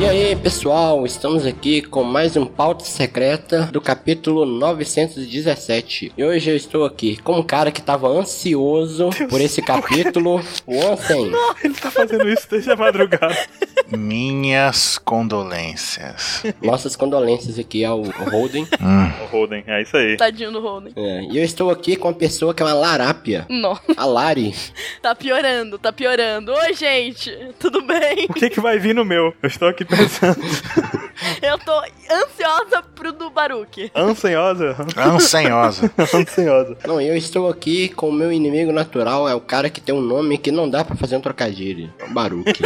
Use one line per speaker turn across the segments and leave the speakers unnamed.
E aí pessoal, estamos aqui com mais um Pauta Secreta do capítulo 917. E hoje eu estou aqui com um cara que estava ansioso por esse capítulo ontem.
Ele tá fazendo isso desde a madrugada.
Minhas condolências.
Nossas condolências aqui ao Holden.
Hum,
O Holden, é isso aí.
Tadinho do Holden.
É, e eu estou aqui com uma pessoa que é uma larápia,
Não,
a Lari.
tá piorando, tá piorando. Oi, gente, tudo bem?
O que que vai vir no meu? Eu estou aqui pensando.
Eu tô ansiosa pro do Baruque.
Ansenhosa?
ansenhosa.
Ansenhosa.
Não, e eu estou aqui com o meu inimigo natural, é o cara que tem um nome que não dá pra fazer um trocadilho. É o Baruque.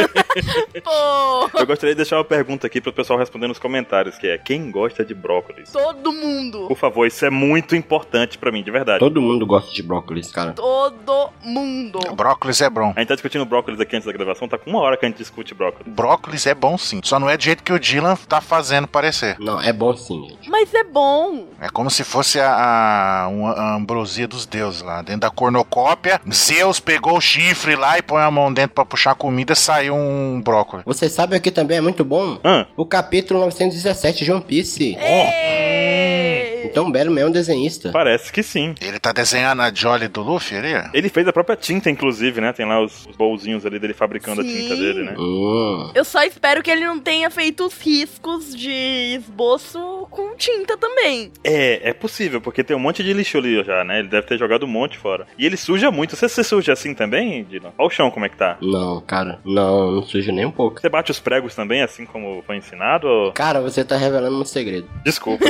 Pô,
Eu gostaria de deixar uma pergunta aqui pro pessoal responder nos comentários, que é quem gosta de brócolis?
todo mundo,
Por favor, isso é muito importante pra mim, de verdade.
Todo mundo gosta de brócolis, cara.
todo mundo.
Brócolis é bom.
A gente tá discutindo brócolis aqui antes da gravação, tá com uma hora que a gente discute brócolis.
Brócolis é bom sim. Só não é do jeito que o Dylan tá fazendo parecer.
Não, é bom sim, gente.
Mas é bom.
É como se fosse a, a, uma- a ambrosia dos deuses lá. Dentro da cornucópia, Zeus pegou o chifre lá e põe a mão dentro pra puxar a comida saiu um brócolis.
Você sabe o que também é muito bom?
Ah,
O capítulo 917 de One Piece.
É. Ei!
Então, Belo mesmo é um desenhista.
parece que sim.
Ele tá desenhando a Jolly do Luffy é? ali?
Ele fez a própria tinta, inclusive, né? Tem lá os, os bolzinhos ali dele fabricando a
Sim.
tinta dele, né?
Hum.
Eu só espero que ele não tenha feito os riscos de esboço com tinta também.
É, é possível, porque tem um monte de lixo ali já, né? Ele deve ter jogado um monte fora. E ele suja muito. Você, você suja assim também, Dylan? Olha o chão como é que tá.
Não, cara. Não, não sujo nem um pouco.
Você bate os pregos também, assim como foi ensinado? Ou...
Cara, você tá revelando um segredo.
Desculpa.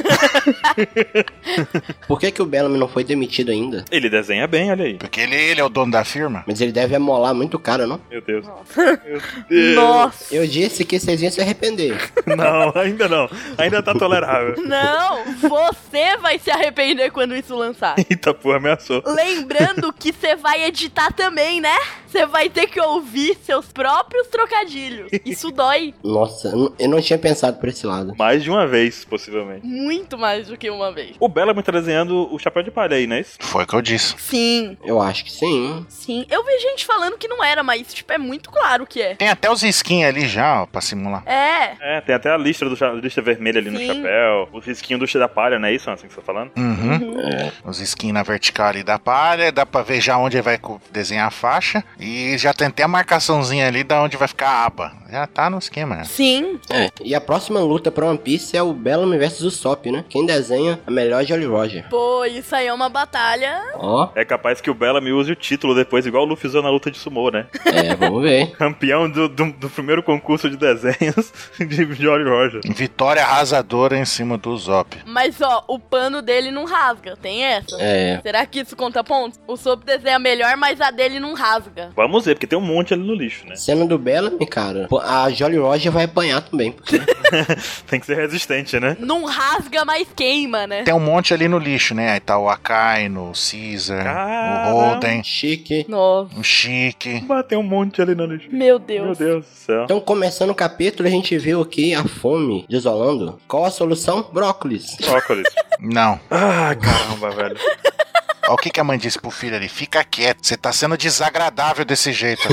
Por que, que o Bellamy não foi demitido ainda?
ele desenha bem, olha aí.
Porque ele, ele é o dono da firma.
Mas ele deve amolar muito caro, não?
Meu Deus.
Nossa.
Meu Deus.
Nossa.
Eu disse que vocês iam se arrepender.
Não, ainda não. Ainda tá tolerável.
Não, você vai se arrepender quando isso lançar.
Eita porra, ameaçou.
Lembrando que você vai editar também, né? Você vai ter que ouvir seus próprios trocadilhos. Isso dói
Nossa, eu não- eu não tinha pensado por esse lado.
Mais de uma vez, possivelmente.
muito mais do que uma vez.
O Bellamy tá desenhando o chapéu de palha aí, não é isso?
Foi o que eu disse.
Sim,
Eu acho que sim.
sim. Eu vi gente falando que não era, mas, tipo, é muito claro que é.
Tem até os skins ali já, ó, pra simular.
É.
É, tem até a listra, do cha- listra vermelha ali no
Sim.
chapéu. O risquinho do da palha, não é isso? Assim que você tá falando?
Uhum. Os skins na vertical ali da palha, dá pra ver já onde vai co- desenhar a faixa. E já tem até a marcaçãozinha ali da onde vai ficar a aba. Já tá no esquema. já.
Sim.
É. E a próxima luta pra One Piece é o Bellamy versus o Sop, né? Quem desenha a melhor é Jolly Roger.
Pô, isso aí é uma batalha.
Ó,
É capaz que o Bellamy use o título depois, igual o Luffy usou na luta de sumô, né?
é, vamos ver.
Campeão do, do, do primeiro concurso de desenhos de Jolly Roger.
Vitória arrasadora em cima do Zop.
Mas, ó, o pano dele não rasga. Tem essa?
É.
Será que isso conta pontos? O Soap desenha melhor, mas a dele não rasga.
Vamos ver, porque tem um monte ali no lixo, né?
Cena do Bellamy, cara. pô, A Jolly Roger vai apanhar também. Porque...
Tem que ser resistente, né?
Não rasga, mas queima, né?
Tem um monte ali no lixo, né? Aí tá o Akaino, o Caesar,
Caramba.
o Holden,
Chique.
Nossa.
o Chique.
Bateu um monte ali no lixo.
Meu Deus.
Meu Deus do céu.
Então, começando o capítulo, a gente viu aqui a fome desolando. Qual a solução? Brócolis.
Brócolis.
Não.
ah, caramba, velho.
Ó, o que, que a mãe disse pro filho ali? Fica quieto, você tá sendo desagradável desse jeito.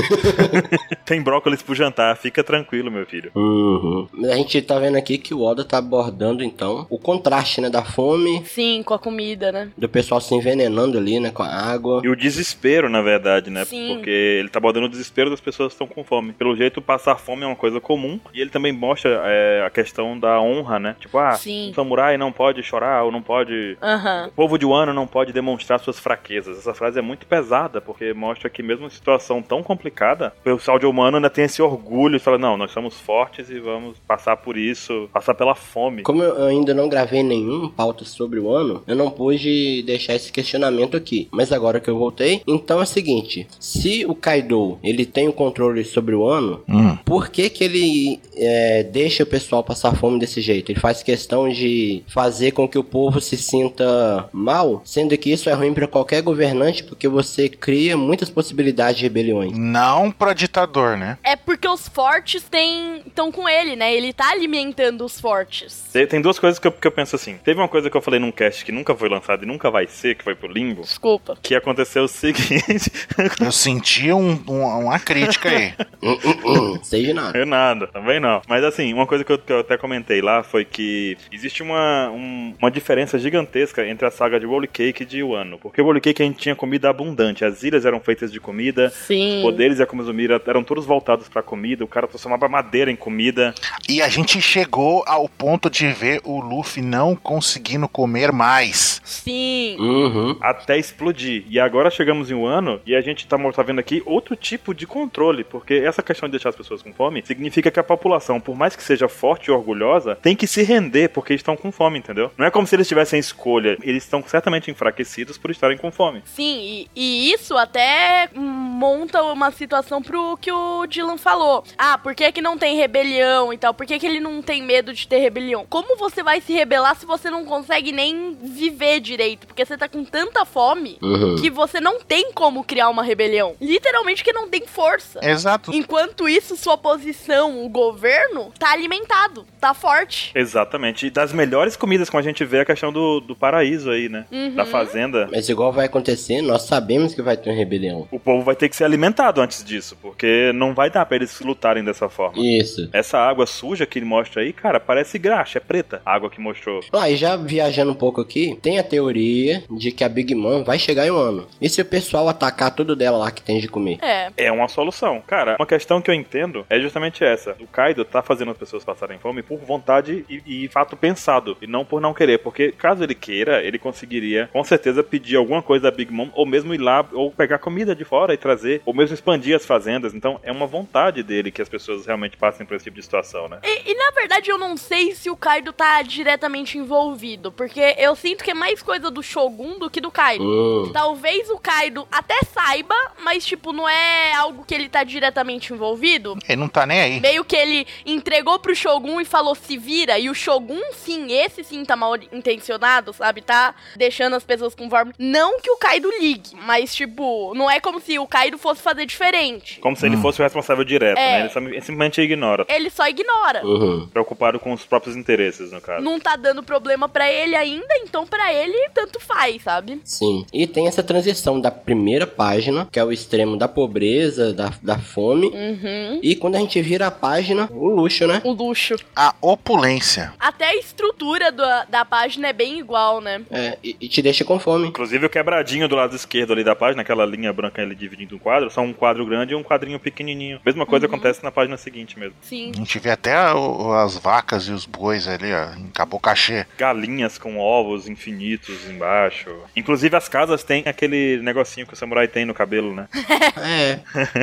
Tem brócolis pro jantar, fica tranquilo, meu filho.
Uhum. Mas A gente tá vendo aqui que o Oda tá abordando, então, o contraste, né, da fome,
Sim, com a comida, né?
do pessoal se envenenando ali, né, com a água.
E o desespero, na verdade, né?
Sim.
Porque ele tá abordando o desespero das pessoas que estão com fome. Pelo jeito, passar fome é uma coisa comum. E ele também mostra é, a questão da honra, né? Tipo, ah, um
Sim.
samurai não pode chorar ou não pode
Aham.
O povo de Wano não pode demonstrar suas fraquezas. Essa frase é muito pesada, porque mostra que mesmo em situação tão complicada, o pessoal de Wano ainda tem esse orgulho e fala, não, nós somos fortes e vamos passar por isso, passar pela fome.
Como eu ainda não gravei nenhum pauta sobre o ano, eu não pude deixar esse questionamento aqui. Mas agora que eu voltei, então é o seguinte: se o Kaido ele tem o controle sobre o ano,
Hum.
Por que, que ele é, deixa o pessoal passar fome desse jeito? Ele faz questão de fazer com que o povo se sinta mal, sendo que isso é ruim pra qualquer governante, porque você cria muitas possibilidades de rebeliões.
Não pra ditador, né?
É porque porque os fortes têm estão com ele, né? Ele tá alimentando os fortes.
Tem- Tem duas coisas que eu, que eu penso assim. Teve uma coisa que eu falei num cast que nunca foi lançado e nunca vai ser, que foi pro limbo,
Desculpa.
que aconteceu o seguinte.
Eu senti um- um- uma crítica aí.
Hum, hum, hum. Sei de nada.
Eu nada, também não. Mas assim, uma coisa que eu, que eu até comentei lá foi que existe uma, um- uma diferença gigantesca entre a saga de Roll Cake e de Wano. Porque o Roll Cake a gente tinha comida abundante, as ilhas eram feitas de comida.
Sim.
Os poderes e a Komizumira eram todos voltados pra comida, o cara transformava madeira em comida.
E a gente chegou ao ponto de ver o Luffy não conseguindo comer mais.
Sim.
Uhum.
até explodir. E agora chegamos em um ano e a gente tá, tá vendo aqui outro tipo de controle, porque essa questão de deixar as pessoas com fome significa que a população, por mais que seja forte e orgulhosa, tem que se render porque estão com fome, entendeu? Não é como se eles tivessem escolha, eles estão certamente enfraquecidos por estarem com fome.
Sim, e, e isso até monta uma situação pro que o Dylan falou. Ah, por que, que não tem rebelião e tal? Por que, que ele não tem medo de ter rebelião? Como você vai se rebelar se você não consegue nem viver direito? Porque você tá com tanta fome
Hum.
Uhum.
que você não tem como criar uma rebelião. Literalmente que não tem força.
Exato.
Enquanto isso, sua posição, o governo, tá alimentado, tá forte.
Exatamente. E das melhores comidas, como a gente vê, é a questão do, do paraíso aí, né?
Uhum.
Da fazenda.
Mas igual vai acontecer, nós sabemos que vai ter uma rebelião.
O povo vai ter que ser alimentado antes disso, porque não vai dar pra eles lutarem dessa forma.
Isso.
Essa água suja que ele mostra aí, cara, parece graxa, é preta. A água que mostrou.
Ah, e já viajando um pouco aqui, tem a teoria de que a Big Mom vai chegar em um ano. E se o pessoal atacar tudo dela lá que tem de comer?
É.
É uma solução. Cara, uma questão que eu entendo é justamente essa. O Kaido tá fazendo as pessoas passarem fome por vontade e, e fato pensado, e não por não querer. Porque caso ele queira, ele conseguiria com certeza pedir alguma coisa da Big Mom, ou mesmo ir lá, ou pegar comida de fora e trazer, ou mesmo expandir as fazendas. Então é uma vontade dele que as pessoas realmente passem por esse tipo de situação, né?
E, e, na verdade eu não sei se o Kaido tá diretamente envolvido, porque eu sinto que é mais coisa do Shogun do que do Kaido.
Hum.
Talvez o Kaido até saiba, mas tipo, não é algo que ele tá diretamente envolvido.
Ele não tá nem aí.
Meio que ele entregou pro Shogun e falou se vira. E o Shogun, sim, esse sim tá mal intencionado, sabe? Tá deixando as pessoas com fome. Não que o Kaido ligue, mas tipo, não é como se o Kaido fosse fazer diferente.
Como se ele fosse o responsável direto, né?
É.
Ele sim- Ele simplesmente ignora.
Ele só ignora.
Uhum.
Preocupado com os próprios interesses, no caso.
Não tá dando problema pra ele ainda, então pra ele tanto faz, sabe?
Sim. E tem essa transição da primeira página, que é o extremo da pobreza, da, da fome.
Uhum.
E quando a gente vira a página, o luxo, né?
O luxo.
A opulência.
Até a estrutura da- da página é bem igual, né?
É, e, e te deixa com fome.
Inclusive o quebradinho do lado esquerdo ali da página, aquela linha branca ali dividindo um quadro, são um quadro grande e um quadrinho pequenininho. Mesma coisa acontece na página seguinte mesmo.
Sim.
A gente vê até o- as vacas e os bois ali, ó, em Cabocachê.
Galinhas com ovos infinitos embaixo. Inclusive as casas têm aquele negocinho que o samurai tem no cabelo, né?
É.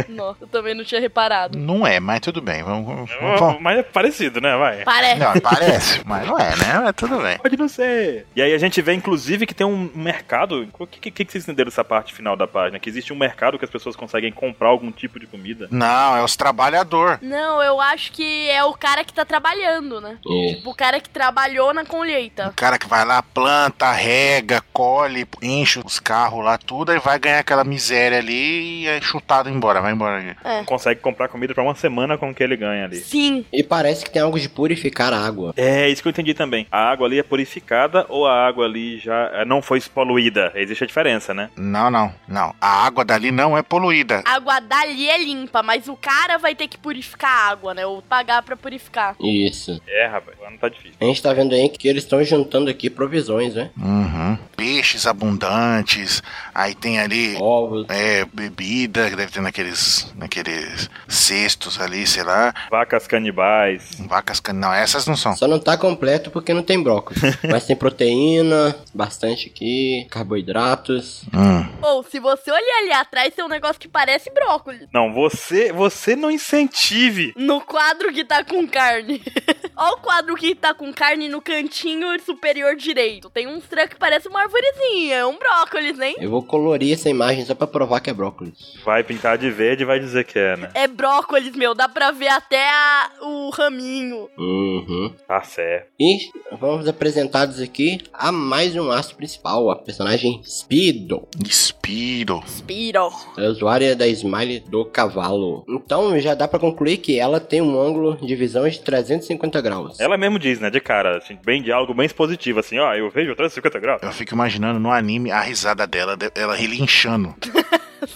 Nossa, eu também não tinha reparado.
Não é, mas tudo bem. Vamos, vamos, vamos-
Ó, Mas é parecido, né? Vai.
Parece.
Não, parece, mas não é, né? Mas tudo bem.
Pode não ser. E aí a gente vê, inclusive, que tem um mercado. O que, que, que vocês entenderam dessa parte final da página? Que existe um mercado que as pessoas conseguem comprar algum tipo de comida.
Não, é os trabalhador.
Não, eu acho que é o cara que tá trabalhando, né?
É.
Tipo, o cara que trabalhou na
O
colheita.
cara que vai lá, planta, rega, colhe, enche os carros lá, tudo, e vai ganhar aquela miséria ali e é chutado embora, vai embora. ali.
Consegue comprar comida pra uma semana com o que ele ganha ali.
Sim.
E parece que tem algo de purificar a água.
É, isso que eu entendi também. A água ali é purificada ou a água ali já eh, não foi poluída? Existe a diferença, né?
Não, não, não. A água dali não é poluída.
A água dali é limpa, mas o cara vai ter que purificar a água, né? Ou pagar pra purificar.
Isso.
É, rapaz, lá não tá difícil.
A gente tá vendo aí que eles estão juntando aqui provisões, né?
Uhum. Peixes abundantes, aí tem ali
Ovos.
é, bebida, que deve ter naqueles, naqueles cestos ali, sei lá.
Vacas canibais.
Vacas can... Não, essas não são.
Só não tá completo porque não tem brócolis. Mas tem proteína, bastante aqui, carboidratos.
Hum.
Ou, se você olhar ali atrás, tem um negócio que parece brócolis.
Não, você, você não incentive.
No quadro que tá com carne. Ó o quadro que tá com carne no cantinho superior direito. Tem um estranho que parece uma arvorezinha, é um brócolis, hein?
Eu vou colorir essa imagem só pra provar que é brócolis.
Vai pintar de verde e vai dizer que é, né?
É brócolis, meu. Dá pra ver até a- o raminho.
Uhum.
Tá certo.
E vamos apresentados aqui a mais um astro principal, a personagem Speedo.
Inspiro.
Spiro.
A usuária da Smile do cavalo. Então já dá pra concluir que ela tem um ângulo de visão de 350 graus.
Ela mesmo diz, né, de cara, assim, bem diálogo, bem expositivo, assim, ó, eu vejo 350 graus.
Eu fico imaginando no anime a risada dela, de- ela relinchando.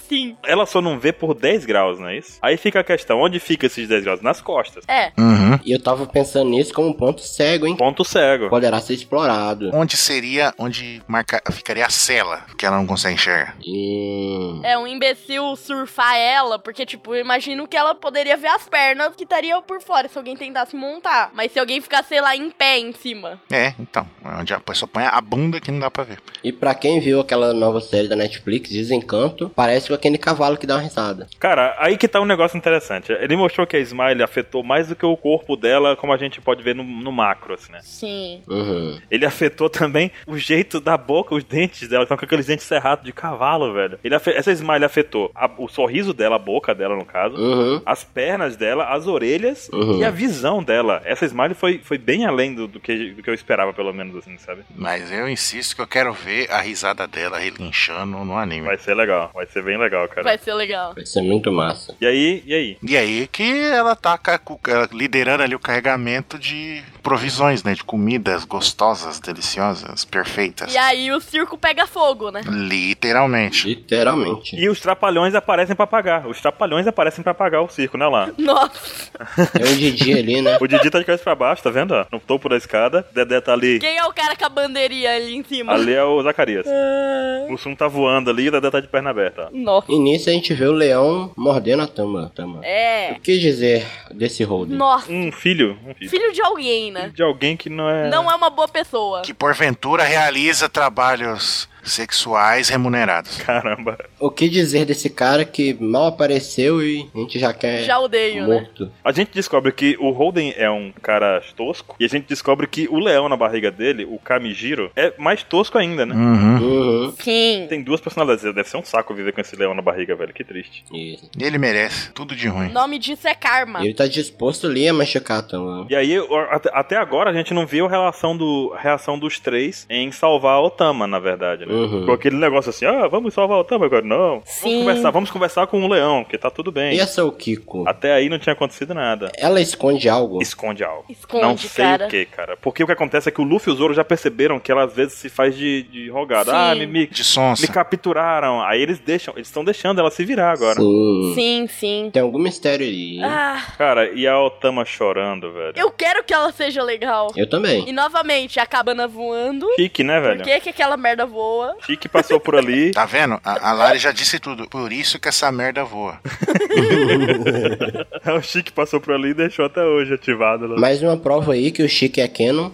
Sim.
Ela só não vê por 10 graus, não é isso? Aí fica a questão, onde fica esses 10 graus? Nas costas.
É.
Uhum.
E eu tava pensando nisso como um ponto cego, hein?
Ponto cego.
Poderá ser explorado.
Onde seria, onde marca, ficaria a cela, que ela não consegue enxergar.
Hum.
É um imbecil surfar ela, porque, tipo, eu imagino que ela poderia ver as pernas que estariam por fora se alguém tentasse montar. Mas se alguém ficar, sei lá, em pé em cima.
É, então, é onde a pessoa põe a bunda que não dá pra ver.
E pra quem viu aquela nova série da Netflix, Desencanto, parece com aquele cavalo que dá uma risada.
Cara, aí que tá um negócio interessante. Ele mostrou que a Smile afetou mais do que o corpo dela, como a gente pode ver no, no macro, assim, né?
Sim.
Uhum.
Ele afetou também o jeito da boca, os dentes dela, estão com aqueles dentes cerrados de cavalo, velho. Ele afe- Essa Smile afetou a- o sorriso dela, a boca dela, no caso.
Uhum.
As pernas dela, as orelhas
Uhum.
e a visão dela. Essa smile foi, foi bem além do, do que, do que eu esperava, pelo menos, assim, sabe?
Mas eu insisto que eu quero ver a risada dela relinchando no anime.
Vai ser legal, vai ser bem legal, cara.
Vai ser legal.
Vai ser muito massa.
E aí, e aí?
E aí que ela tá ca- cu- ela liderando ali o carregamento de provisões, né? De comidas gostosas, deliciosas, perfeitas.
E aí o circo pega fogo, né?
Literalmente.
Literalmente.
E os trapalhões aparecem pra pagar. Os trapalhões aparecem pra pagar o circo, né, lá?
Nossa.
É o Didi ali, né?
O Didi tá de cabeça pra baixo, tá vendo? ó? No topo da escada. Dedé tá ali.
Quem é o cara com a bandeirinha ali em cima?
Ali é o Zacarias.
Ah.
O Sum tá voando ali e o Dedé tá de perna aberta. ó.
Nossa.
E nisso a gente vê o leão mordendo a tama. tama.
É.
O que dizer desse holding?
Nossa.
Um filho, um filho.
Filho de alguém, né?
De alguém que não é.
Não é uma boa pessoa.
Que porventura realiza trabalhos sexuais remunerados. né?
Caramba.
O que dizer desse cara que mal apareceu e a gente já quer
Já odeio, né?
morto?
A gente descobre que o Holden é um cara tosco. E a gente descobre que o leão na barriga dele, o Kamijiro, é mais tosco ainda, né?
Uhum.
Uhum.
Sim.
Tem duas personalidades. Deve ser um saco viver com esse leão na barriga, velho. Que triste.
Isso.
E Ele merece. Tudo de
O
ruim.
nome disso é karma.
Ele tá disposto ali a machucar a tama.
E aí, eu- at- até agora, a gente não viu a relação do, a reação dos três em salvar a Otama, na verdade, né?
Uhum.
Com aquele negócio assim, ah, vamos salvar a Otama agora. Não,
Sim.
vamos conversar, vamos conversar com o leão, que tá tudo bem.
E essa é o Kiko?
Até aí não tinha acontecido nada.
Ela esconde algo?
Esconde algo.
Esconde,
não sei
cara.
o que, cara. Porque o que acontece é que o Luffy e o Zoro já perceberam que ela às vezes se faz de, de rogada.
Sim.
Ah, me, me,
De
me
sonsa.
capturaram. Aí eles deixam, eles estão deixando ela se virar agora.
Sim.
Sim, sim.
Tem algum mistério aí. hein?
Ah,
Cara, e a Otama chorando, velho.
eu quero que ela seja legal.
Eu também.
E novamente, a cabana voando.
Chique, né,
Por
velho?
que, que aquela merda voa?
Chique passou por ali.
Tá vendo? A, a Lari já disse tudo. Por isso que essa merda voa.
o Chique passou por ali e deixou até hoje ativado. Lá.
Mais uma prova aí que o Chique é Canon.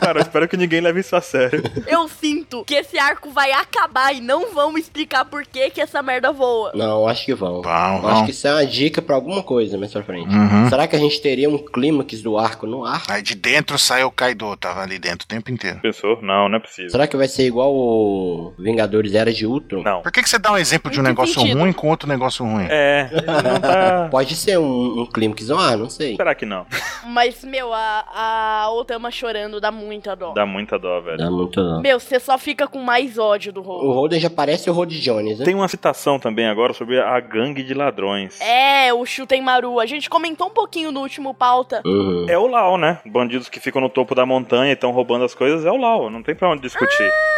Cara, eu espero que ninguém leve isso a sério.
Eu sinto que esse arco vai acabar e não vão explicar por que, que essa merda voa.
Não, acho que vão.
Vão,
Eu Acho
vão.
que isso é uma dica pra alguma coisa mais pra frente.
Uhum.
Será que a gente teria um clímax do arco no ar?
Aí de dentro saiu o Kaido. Tava ali dentro o tempo inteiro.
Pensou? Não, não é possível.
Será que vai ser igual o Vingadores Era de Ultron?
Não.
Por que, que você dá um exemplo de um
Em que
negócio
sentido?
ruim com outro negócio ruim?
É, não tá.
Pode ser um, um clímax no ar, não sei.
Será que não?
Mas, meu, a, a Otama chorando dá muita dó.
Dá muita dó, velho.
Dá muito não.
Meu, você só fica com mais ódio do
O
Rolo.
Holden já parece o Rod Jones, né?
Tem uma citação também agora sobre a gangue de ladrões.
É, o Shutenmaru. A gente comentou um pouquinho no último pauta.
Uhum.
É o Lau, né? Bandidos que ficam no topo da montanha e estão roubando as coisas é o Lau, não tem pra onde discutir.
Ah,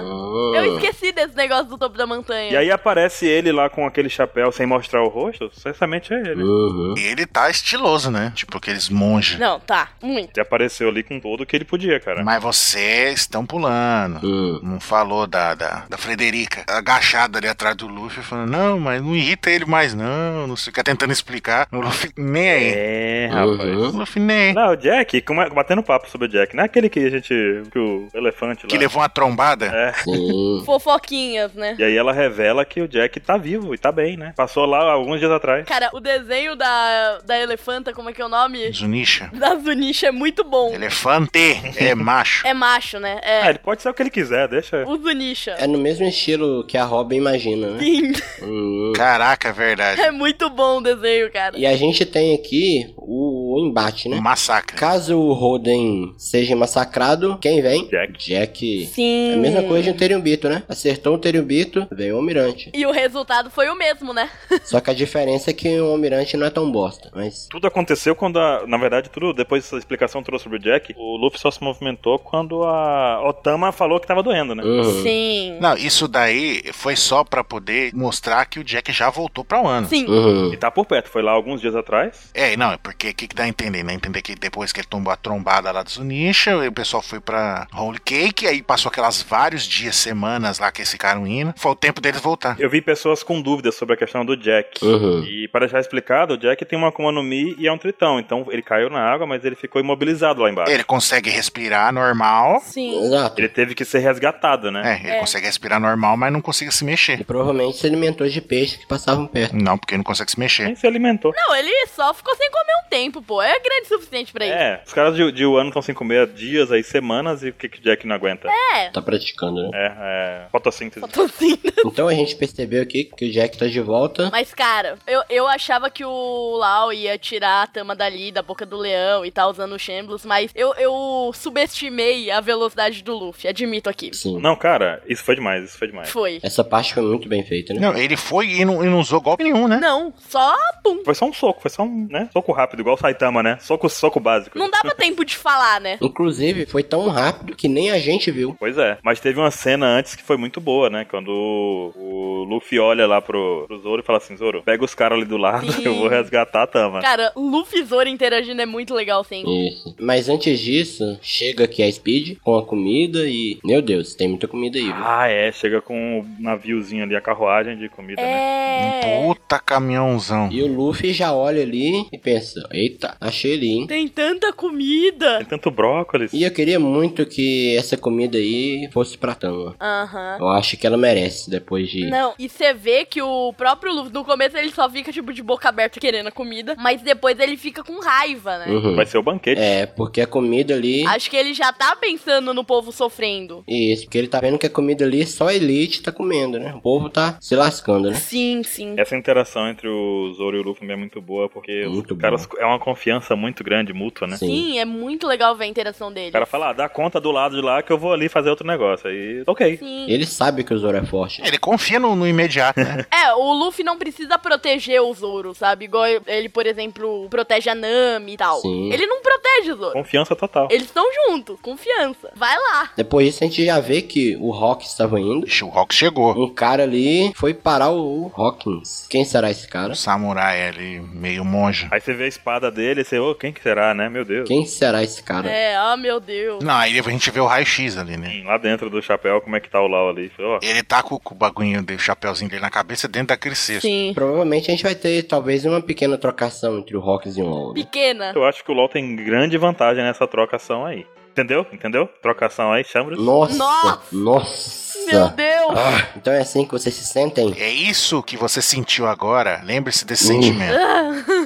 Hum.
eu esqueci desse negócio do topo da montanha.
E aí aparece ele lá com aquele chapéu sem mostrar o rosto, certamente é ele.
Uhum.
E ele tá estiloso, né? Tipo aqueles monges.
Não, tá. Muito.
Ele apareceu ali com todo o que ele podia, cara.
Mas vocês estão pulando.
Hum.
Não falou da, da, da Frederica agachada ali atrás do Luffy, falando, não, mas não irrita ele mais, não. Não sei o que, tentando explicar. O Luffy nem aí.
É, rapaz.
Uhum.
O Luffy nem aí.
Não, o Jack, como é- batendo papo sobre o Jack, não é aquele que a gente. que o elefante lá.
Que levou uma nada.
É.
Sim.
Fofoquinhas, né?
E aí ela revela que o Jack tá vivo e tá bem, né? Passou lá alguns dias atrás.
Cara, o desenho da, da elefanta, como é que é o nome?
Zunisha.
Hum.
Da Zunisha é muito bom.
Elefante é macho.
É macho, né?
Ah,
É.
ele pode ser o que ele quiser, deixa.
O Zunisha.
É no mesmo estilo que a Robin imagina, né?
Sim.
Hum.
Caraca, é verdade.
É muito bom o desenho, cara.
E a gente tem aqui o embate, né?
Um Massacre.
Caso o Roden seja massacrado, quem vem?
Jack.
Jack.
Sim.
É a mesma coisa de um Teriumbito, né? Acertou o Teriumbito, veio o Almirante.
E o resultado foi o mesmo, né?
Só que a diferença é que o Almirante não é tão bosta. Mas
Tudo aconteceu quando a. Na verdade, tudo depois dessa explicação trouxe sobre o Jack, o Luffy só se movimentou quando a Otama falou que tava doendo, né?
Uhum.
Sim.
Não, isso daí foi só pra poder mostrar que o Jack já voltou pra um ano.
Sim.
Uhum.
E tá por perto, foi lá alguns dias atrás.
É, não, é porque o que, que dá a entender? Né? Entender que depois que ele tombou a trombada lá do Zunisha, o pessoal foi pra Holy Cake, aí passou aquelas vários dias, semanas lá que eles ficaram indo. Foi o tempo deles voltar.
Eu vi pessoas com dúvidas sobre a questão do Jack.
Uhum.
E para deixar explicado, o Jack tem uma Akuma no Mi e é um tritão. Então ele caiu na água, mas ele ficou imobilizado lá embaixo.
Ele consegue respirar normal.
Sim.
Exato.
Ele teve que ser resgatado, né?
É, ele
É.
consegue respirar normal, mas não consegue se mexer.
Ele provavelmente se alimentou de peixes que passavam perto.
Não, porque ele não consegue se mexer.
Nem se alimentou.
Não, ele só ficou sem comer um tempo, pô. É grande o suficiente pra ele.
É, os caras de, de Wano estão sem comer há dias aí, semanas, e o que, que o Jack não aguenta?
É.
Tá praticando, né?
É, é. Fotossíntese.
Fotossíntese.
Então a gente percebeu aqui que o Jack tá de volta.
Mas, cara, eu, eu achava que o Lau ia tirar a tama dali, da boca do leão e tal, usando o Shambles, mas eu, eu subestimei a velocidade do Luffy, admito aqui.
Sim.
Não, cara, isso foi demais, isso foi demais.
Foi.
Essa parte foi muito bem feita, né?
Não, ele foi e não, e não usou golpe nenhum, né?
Não, só pum.
Foi só um soco, foi só um, né? Soco rápido, igual o Saitama, né? Soco, soco básico.
Não dava tempo de falar, né?
Inclusive, foi tão rápido que nem a gente viu.
Pois é, mas teve uma cena antes que foi muito boa, né? Quando o, o Luffy olha lá pro, pro Zoro e fala assim: Zoro, pega os caras ali do lado,
Sim.
eu vou resgatar a Tama.
Cara, Luffy e Zoro interagindo é muito legal, sim.
Isso. Mas antes disso, chega aqui a Speed com a comida e. Meu Deus, tem muita comida aí, viu?
Ah, é, chega com o naviozinho ali, a carruagem de comida, né?
É.
Puta caminhãozão.
E o Luffy já olha ali e pensa: Eita, achei ele, hein?
Tem tanta comida.
Tem tanto brócolis.
E eu queria muito que essa comida aí fosse pra Tama.
Aham.
Eu acho que ela merece depois de.
Não, e você vê que o próprio Luffy, no começo ele só fica, tipo, de boca aberta querendo a comida, mas depois ele fica com raiva, né?
Uhum.
Vai ser o banquete.
É, porque a comida ali.
Acho que ele já tá pensando no povo sofrendo.
Isso, porque ele tá vendo que a comida ali só a elite tá comendo, né? O povo tá se lascando, né?
Sim, sim.
Essa interação entre o Zoro e o Luffy é muito boa, porque
Muito
os caras é uma confiança muito grande, mútua, né?
Sim.
Sim, é muito legal ver a interação
O
dele.
cara fala, ah, dá conta do lado de lá que eu vou ali fazer outro negócio. Aí, ok.
Sim.
Ele sabe que o Zoro é forte.
Ele confia no, no imediato, né?
É, o Luffy não precisa proteger o Zoro, sabe? Igual ele, por exemplo, protege a Nami e tal.
Sim.
Ele não protege o Zoro.
Confiança total.
Eles estão juntos, confiança. Vai lá.
Depois disso a gente já vê que o Rock estava indo.
Ixi, o Rock chegou.
Um cara ali foi parar o Hawkins. Quem será esse cara?
O samurai ali, meio monge.
Aí você vê a espada dele, você, ô, quem que será, né? Meu Deus.
Quem será esse cara?
É, ah, meu Deus.
Não, aí a gente vê o raio-x ali, né?
Lá dentro do chapéu, como é que tá o Lau ali? Falei, ó,
Ele tá com com o bagulhinho dele, o chapéuzinho dele na cabeça dentro daquele cesto.
Sim.
Provavelmente a gente vai ter talvez uma pequena trocação entre o Hawkins e o Law. né?
Pequena.
eu acho que o LoL tem grande vantagem nessa trocação aí. Entendeu? Entendeu? Trocação aí, chambra.
Nossa!
Nossa!
Nossa!
Meu Deus.
Ah, então é assim que vocês se sentem?
É isso que você sentiu agora. Lembre-se desse
Hum.
sentimento.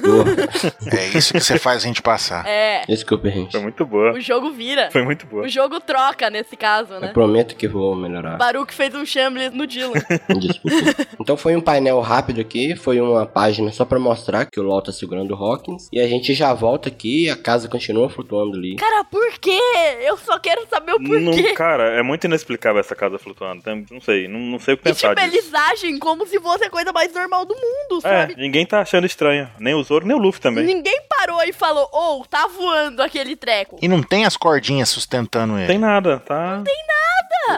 Oh,
É isso que você faz a gente passar.
É,
Desculpa, gente.
Foi muito boa.
o jogo vira.
Foi muito
O
boa.
jogo troca nesse caso,
Eu
né?
prometo que vou melhorar.
Baruch fez um chambles no Dylan.
Desculpa. Então foi um painel rápido aqui, foi uma página só pra mostrar que o LoL tá segurando o Hawkins. E a gente já volta aqui, a casa continua flutuando ali.
Cara, por quê? Eu só quero saber o
Não,
porquê.
cara, é muito inexplicável essa casa flutuando. Tem- Não sei, não, não sei o que
E
pensar
tipo,
disso.
eles agem como se fosse a coisa mais normal do mundo,
É,
sabe?
ninguém tá achando estranho. Nem o Zoro, nem o Luffy também.
Ninguém parou e falou, ou tá voando aquele treco.
E não tem as cordinhas sustentando
Tem
ele.
nada, tá?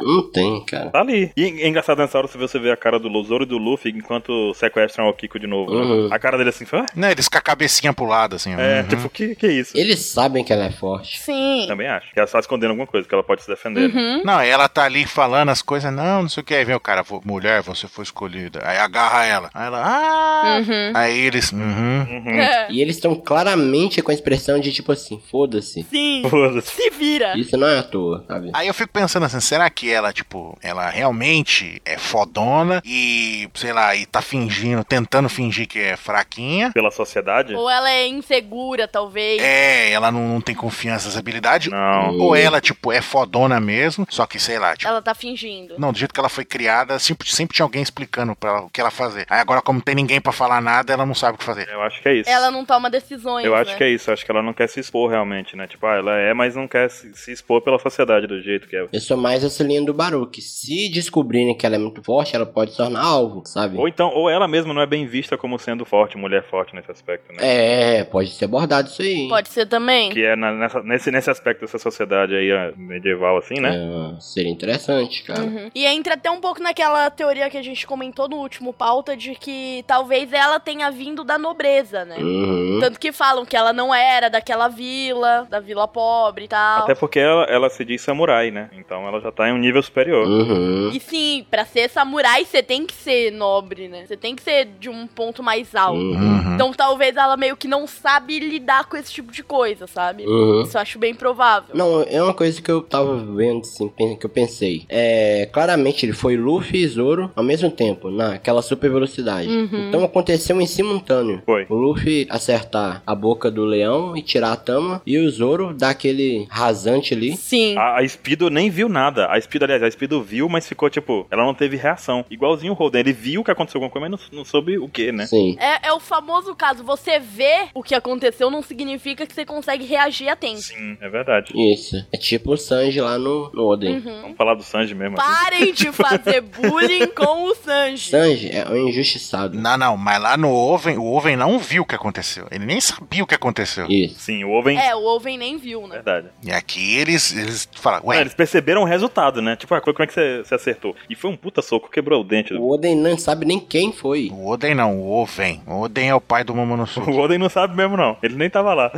Não tem, cara.
Tá ali. E é engraçado nessa hora se você vê a cara do Zoro e do Luffy enquanto sequestram o Kiko de novo. né?
Uhum.
A cara dele assim, ah?
Não, eles com a cabecinha pro lado, assim. ó.
é,
Uhum.
tipo, que que é isso?
Eles sabem que ela é forte.
Sim.
Também acho. Que ela tá escondendo alguma coisa, que ela pode se defender. né?
Uhum.
Não, ela tá ali falando as coisas, não, não sei o que. Aí vem o cara, "Vo- mulher, você foi escolhida. Aí agarra ela. Aí ela, ah!
Uhum.
Aí eles, uhum.
Uhum.
É.
E eles estão claramente com a expressão de tipo assim, foda-se.
Sim.
Foda-se.
Se vira.
Isso não é à toa, sabe?
Aí eu fico pensando assim, será que ela, tipo, ela realmente é fodona e, sei lá, e tá fingindo, tentando fingir que é fraquinha.
Pela sociedade?
Ou ela é insegura, talvez.
É, ela não, não tem confiança nas habilidades.
Não.
Ou ela, tipo, é fodona mesmo, só que, sei lá, tipo.
Ela tá fingindo.
Não, do jeito que ela foi criada, sempre, sempre tinha alguém explicando pra ela o que ela fazer. Aí agora, como tem ninguém pra falar nada, ela não sabe o que fazer.
Eu acho que é isso.
Ela não toma decisões.
Eu acho
né?
que é isso, eu acho que ela não quer se expor realmente, né? Tipo, ah, ela é, mas não quer se, se expor pela sociedade do jeito que é.
Eu sou mais essa linha do Baruque. Se descobrirem que ela é muito forte, ela pode se tornar alvo, sabe?
Ou então, ou ela mesma não é bem vista como sendo forte, mulher forte nesse aspecto, né?
É, pode ser abordado isso aí. hein?
Pode ser também.
é
Uhum.
Que é na- nessa- nesse, nesse aspecto dessa sociedade aí ah, medieval, assim, né?
É, seria interessante, cara.
Uhum. E entra até um pouco naquela teoria que a gente comentou no último pauta de que talvez ela tenha vindo da nobreza, né?
Uhum.
Tanto que falam que ela não era daquela vila, da vila pobre e tal.
Até porque ela, ela se diz samurai, né? Então ela já tá em um nível superior.
Uhum.
E sim, pra ser samurai você tem que ser nobre, né? Você tem que ser de um ponto mais alto.
Uhum.
Então talvez ela meio que não sabe lidar com esse tipo de coisa, sabe?
Uhum.
Isso eu acho bem provável.
Não, é uma coisa que eu tava vendo, assim, pen- que eu pensei. É, claramente ele foi Luffy e Zoro ao mesmo tempo, naquela super velocidade.
Uhum.
Então aconteceu em simultâneo.
Foi.
O Luffy acertar a boca do leão e tirar a tama, e o Zoro dar aquele rasante ali.
Sim.
A, a Speedo nem viu nada. A Speedo, aliás, a Speedo viu, mas ficou tipo, ela não teve reação. Igualzinho o Holden, ele viu que aconteceu alguma coisa, mas não, não soube o que, né?
Sim.
É, é o famoso caso, você vê o que aconteceu não significa que você consegue reagir a tempo.
Sim, é verdade.
Isso. É tipo o Sanji lá no, no
Uhum.
Oden.
Vamos falar do Sanji mesmo. assim.
Parem de fazer bullying com o Sanji.
Sanji é um injustiçado.
Não, não, mas lá no Oven, o Oven não viu o que aconteceu. Ele nem sabia o que aconteceu.
Isso.
Sim, o Oven.
É, o Oven nem viu, né?
Verdade.
E aqui eles, eles falam, ué,
Não, eles perceberam o resultado, né? Tipo, ah, como é que você, você acertou? E foi um puta soco, quebrou o dente. do-
O Oden não sabe nem quem foi.
o Oden não, o Oven. O Oden é o pai do Momonosuke.
O Oden não sabe mesmo, não. Ele nem tava lá.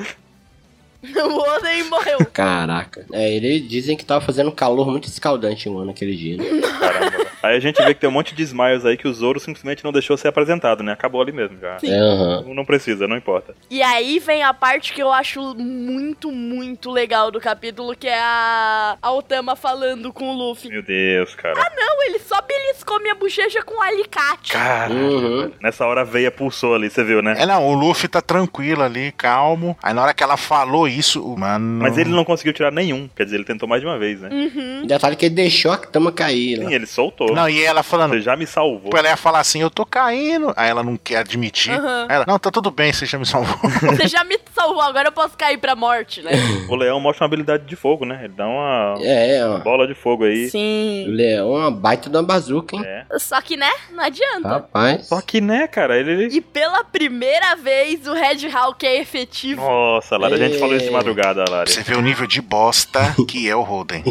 O Oven morreu.
Caraca. É, eles dizem que tava fazendo calor muito escaldante, mano, aquele dia.
Uhum.
Né?
Caramba. aí a gente vê que tem um monte de Smiles aí que o Zoro simplesmente não deixou ser apresentado, né? Acabou ali mesmo já.
É, aham.
Não precisa, não importa.
E aí vem a parte que eu acho muito, muito legal do capítulo, que é a, a Otama falando com o Luffy.
Meu Deus, cara.
Não, ele só beliscou minha bochecha com um alicate.
Cara.
Uhum.
Nessa hora a veia pulsou ali, você viu, né?
É, não, o Luffy tá tranquilo ali, calmo. Aí na hora que ela falou isso, o mano.
Mas ele não conseguiu tirar nenhum. Quer dizer, ele tentou mais de uma vez, né?
Uhum. Detalhe que ele deixou a cama cair.
Sim,
Lá.
ele soltou.
Não, e ela falando.
Você já me salvou.
tipo, Ela ia falar assim, eu tô caindo. Aí ela não quer admitir.
Aham.
Aí Ela, não, tá tudo bem, você já me salvou.
Você já me salvou, agora eu posso cair pra morte, né?
O leão mostra uma habilidade de fogo, né? Ele dá uma
É, ó.
bola de fogo aí.
O
Sim.
leão é uma baita de uma bazuca, hein?
É.
Só que, né? Não adianta.
Rapaz.
Só que, né, cara, ele. ele-
E pela primeira vez o Red Hawk é efetivo.
Nossa, Lara, a gente
É.
falou isso de madrugada, Lara.
Você vê o nível de bosta que é o Holden.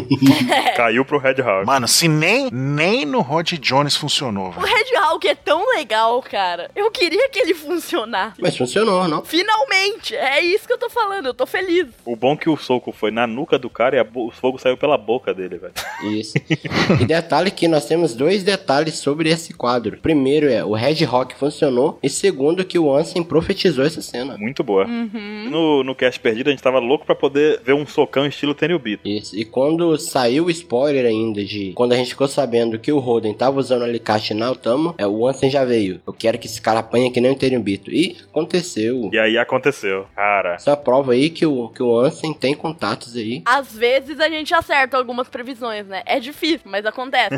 É.
Caiu pro Red Hawk.
Mano, se nem, nem no Rod Jones funcionou,
O
velho.
Red Hawk é tão legal, cara. Eu queria que ele funcionasse.
Mas funcionou, não?
Finalmente! É isso que eu tô falando, eu tô feliz.
O bom é que o soco foi na nuca do cara e a bo- o fogo saiu pela boca dele, velho.
Isso. e detalhe que nós temos dois detalhes sobre esse quadro. Primeiro é o Red Rock funcionou. E segundo que o Ansem profetizou essa cena.
Muito boa.
Uhum.
No, no cast perdido, a gente tava louco pra poder ver um socão estilo Tenryubito.
Isso. E quando saiu o spoiler ainda de quando a gente ficou sabendo que o Roden tava usando o alicate na Altama, é, o Ansem já veio. Eu quero que esse cara apanhe que nem um Terimbito. E aconteceu.
E aí aconteceu. Cara,
Essa é prova aí que o, que o Ansem tem contatos aí.
Às vezes a gente acerta algumas previsões, né? É difícil, mas acontece.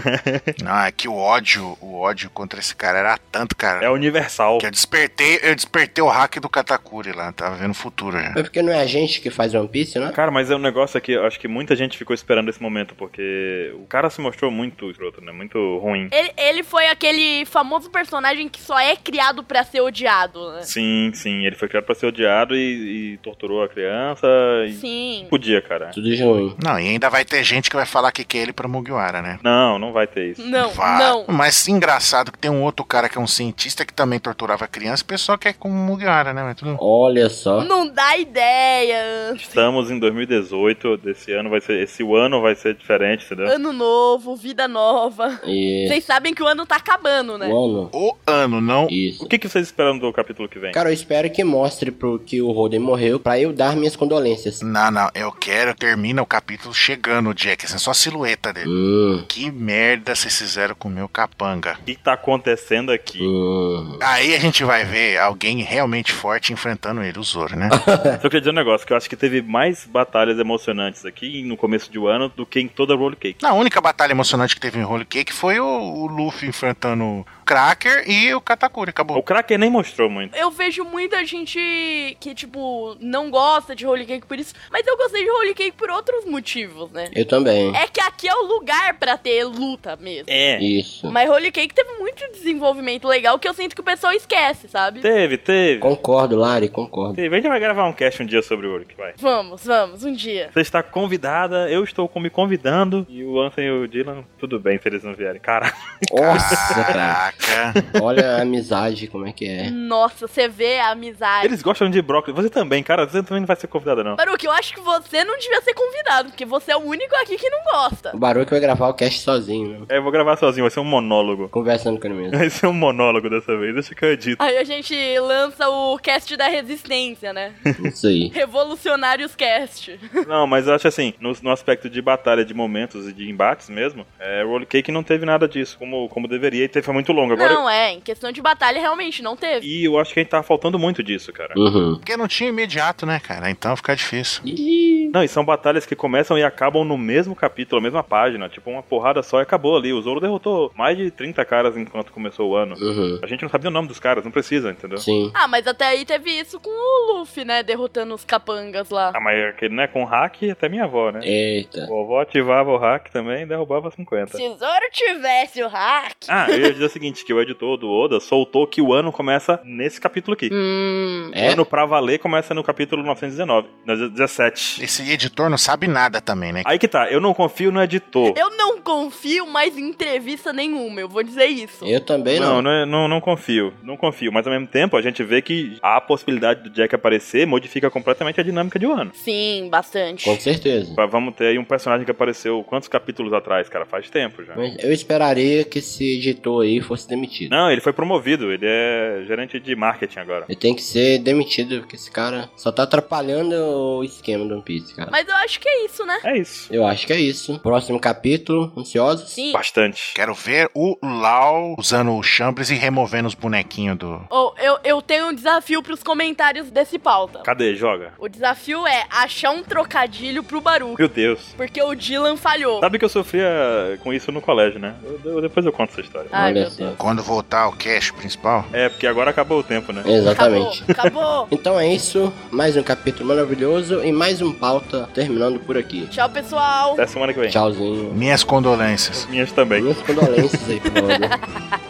Não, é que o ódio, o ódio contra esse cara era tanto, cara.
é universal.
Que eu despertei, eu despertei o hack do Katakuri lá, tava vendo o futuro né? já.
Mas porque não é a gente que faz One Piece, né?
Cara, mas é um negócio aqui, eu acho que muita gente ficou esperando esse momento, porque o cara se mostrou muito escroto, né? Muito ruim.
Ele, ele foi aquele famoso personagem que só é criado pra ser odiado, né?
Sim, sim, ele foi criado pra ser odiado e, e torturou a criança. E
Sim.
Podia, cara.
Tudo de ruim.
Não, e ainda vai ter gente que vai falar que quer ele pra Mugiwara, né?
Não, não vai ter isso.
Não,
Vai.
não.
Mas engraçado que tem um outro cara que é um cientista que também torturava criança, o pessoal quer com o Mugiwara, né? Mas tudo-
Olha só.
Não dá ideia.
Estamos em 2018, desse ano vai ser. Esse ano vai ser diferente, entendeu?
Ano novo, vida nova.
E
Vocês sabem que o ano tá acabando, né?
É. o ano.
O ano, não.
Isso.
O que, que vocês esperam do capítulo que vem?
Cara, eu espero que mostre pro que o Roden morreu pra eu dar minhas condolências.
Não, não. Eu quero. Termina o capítulo chegando o Jack, assim, só a silhueta dele.
Hum,
Que merda vocês fizeram com o meu capanga.
O que que tá acontecendo aqui?
hum.
Aí a gente vai ver alguém realmente forte enfrentando ele, o Zoro, né?
Só queria dizer um negócio, que eu acho que teve mais batalhas emocionantes aqui no começo do ano do que em toda a Roll Cake.
Na única batalha emocionante que teve em Holy Cake foi o, o Luffy enfrentando o Cracker e o Katakuri,
O
acabou.
Kraken nem mostrou muito.
Eu vejo muita gente que, tipo, não gosta de Holy Cake por isso, mas eu gostei de Holy Cake por outros motivos, né?
Eu também.
É que aqui é o lugar pra ter luta mesmo.
É.
Isso.
Mas Holy Cake teve muito desenvolvimento legal que eu sinto que o pessoal esquece, sabe?
Teve, teve.
Concordo, Lari, concordo.
Teve. A gente vai gravar um cast um dia sobre o Roll Cake, vai.
Vamos, vamos, um dia.
Você está convidada, eu estou com- me convidando. E o Anthony e o Dylan, tudo bem se eles não vierem. Cara,
Nossa, cara.
Caraca.
Olha a amizade, como é que é.
Nossa, você vê a amizade.
eles gostam de brócolis. Você também, cara, você também não vai ser convidada, não.
Baruque, eu acho que você não devia ser convidado, porque você é o único aqui que não gosta.
O Baruque vai gravar o cast sozinho, né?
É, eu vou gravar sozinho, vai ser um monólogo.
Conversando com ele mesmo.
Vai ser um monólogo dessa vez, deixa que eu edito.
Aí a gente lança o cast da resistência, né?
Isso aí.
Revolucionários Cast.
Não, mas eu acho assim, no, no aspecto de batalha de momentos e de embates mesmo, é, Roll Cake não teve nada disso, como, como deveria, e teve, foi muito longo. Agora,
Não, é, em questão de batalha realmente não teve.
E eu acho que a gente tá faltando muito disso, cara.
Uhum.
Porque não tinha imediato, né, cara? Então fica difícil.
Ih,
Não, e são batalhas que começam e acabam no mesmo capítulo, a mesma página. Tipo, uma porrada só e acabou ali. O Zoro derrotou mais de 30 caras enquanto começou o ano.
Uhum.
A gente não sabia o nome dos caras, não precisa, entendeu?
Sim.
Ah, mas até aí teve isso com o Luffy, né? Derrotando os capangas lá.
Ah, mas aquele, né? Com hack, até minha avó,
É.
né?
Eita.
Vovó ativava o hack também e derrubava 50.
Se o Zoro tivesse o hack.
Ah, eu ia dizer o seguinte, que o editor do Oda soltou que o ano começa nesse capítulo aqui.
Hum.
É?
Ano pra valer começa no capítulo 919, na 17.
Esse editor não sabe nada também, né?
Aí que tá, eu não confio no editor.
Eu não confio mais em entrevista nenhuma, eu vou dizer isso.
Eu também
Não,
não.
não, é- não, não confio. Não confio. Mas ao mesmo tempo, a gente vê que a possibilidade do Jack aparecer modifica completamente a dinâmica de Wano.
Sim, bastante.
Com certeza.
Pra- Vamos ter aí um personagem que apareceu quantos capítulos atrás, cara? Faz tempo já.
Mas eu esperaria que esse editor aí fosse demitido.
Não, ele foi promovido. Ele é gerente de marketing agora.
Ele tem que ser demitido, porque esse cara só tá atrapalhando o esquema do One Piece, cara.
Mas eu acho que é isso, né?
É isso.
Eu acho que é isso. Próximo capítulo, ansiosos?
Sim.
Bastante.
Quero ver o Lau usando o Chambres e removendo os bonequinhos do.
Ou eu, eu tenho um desafio pros comentários desse pauta.
Cadê? Joga.
O desafio é achar um trocadilho pro Baruque,
Meu Deus.
porque o Dylan falhou.
Sabe que eu sofria com isso no colégio, né? Eu- eu- depois eu conto essa história.
Ai,
Olha
meu
só.
Deus.
Quando voltar ao cast principal.
É, porque agora acabou o tempo, né?
Exatamente.
Acabou, acabou.
Então é isso. Mais um capítulo maravilhoso e mais um pauta terminando por aqui.
Tchau, pessoal.
Até semana que vem.
Tchauzinho.
Minhas condolências.
Minhas também.
Minhas condolências aí, por favor.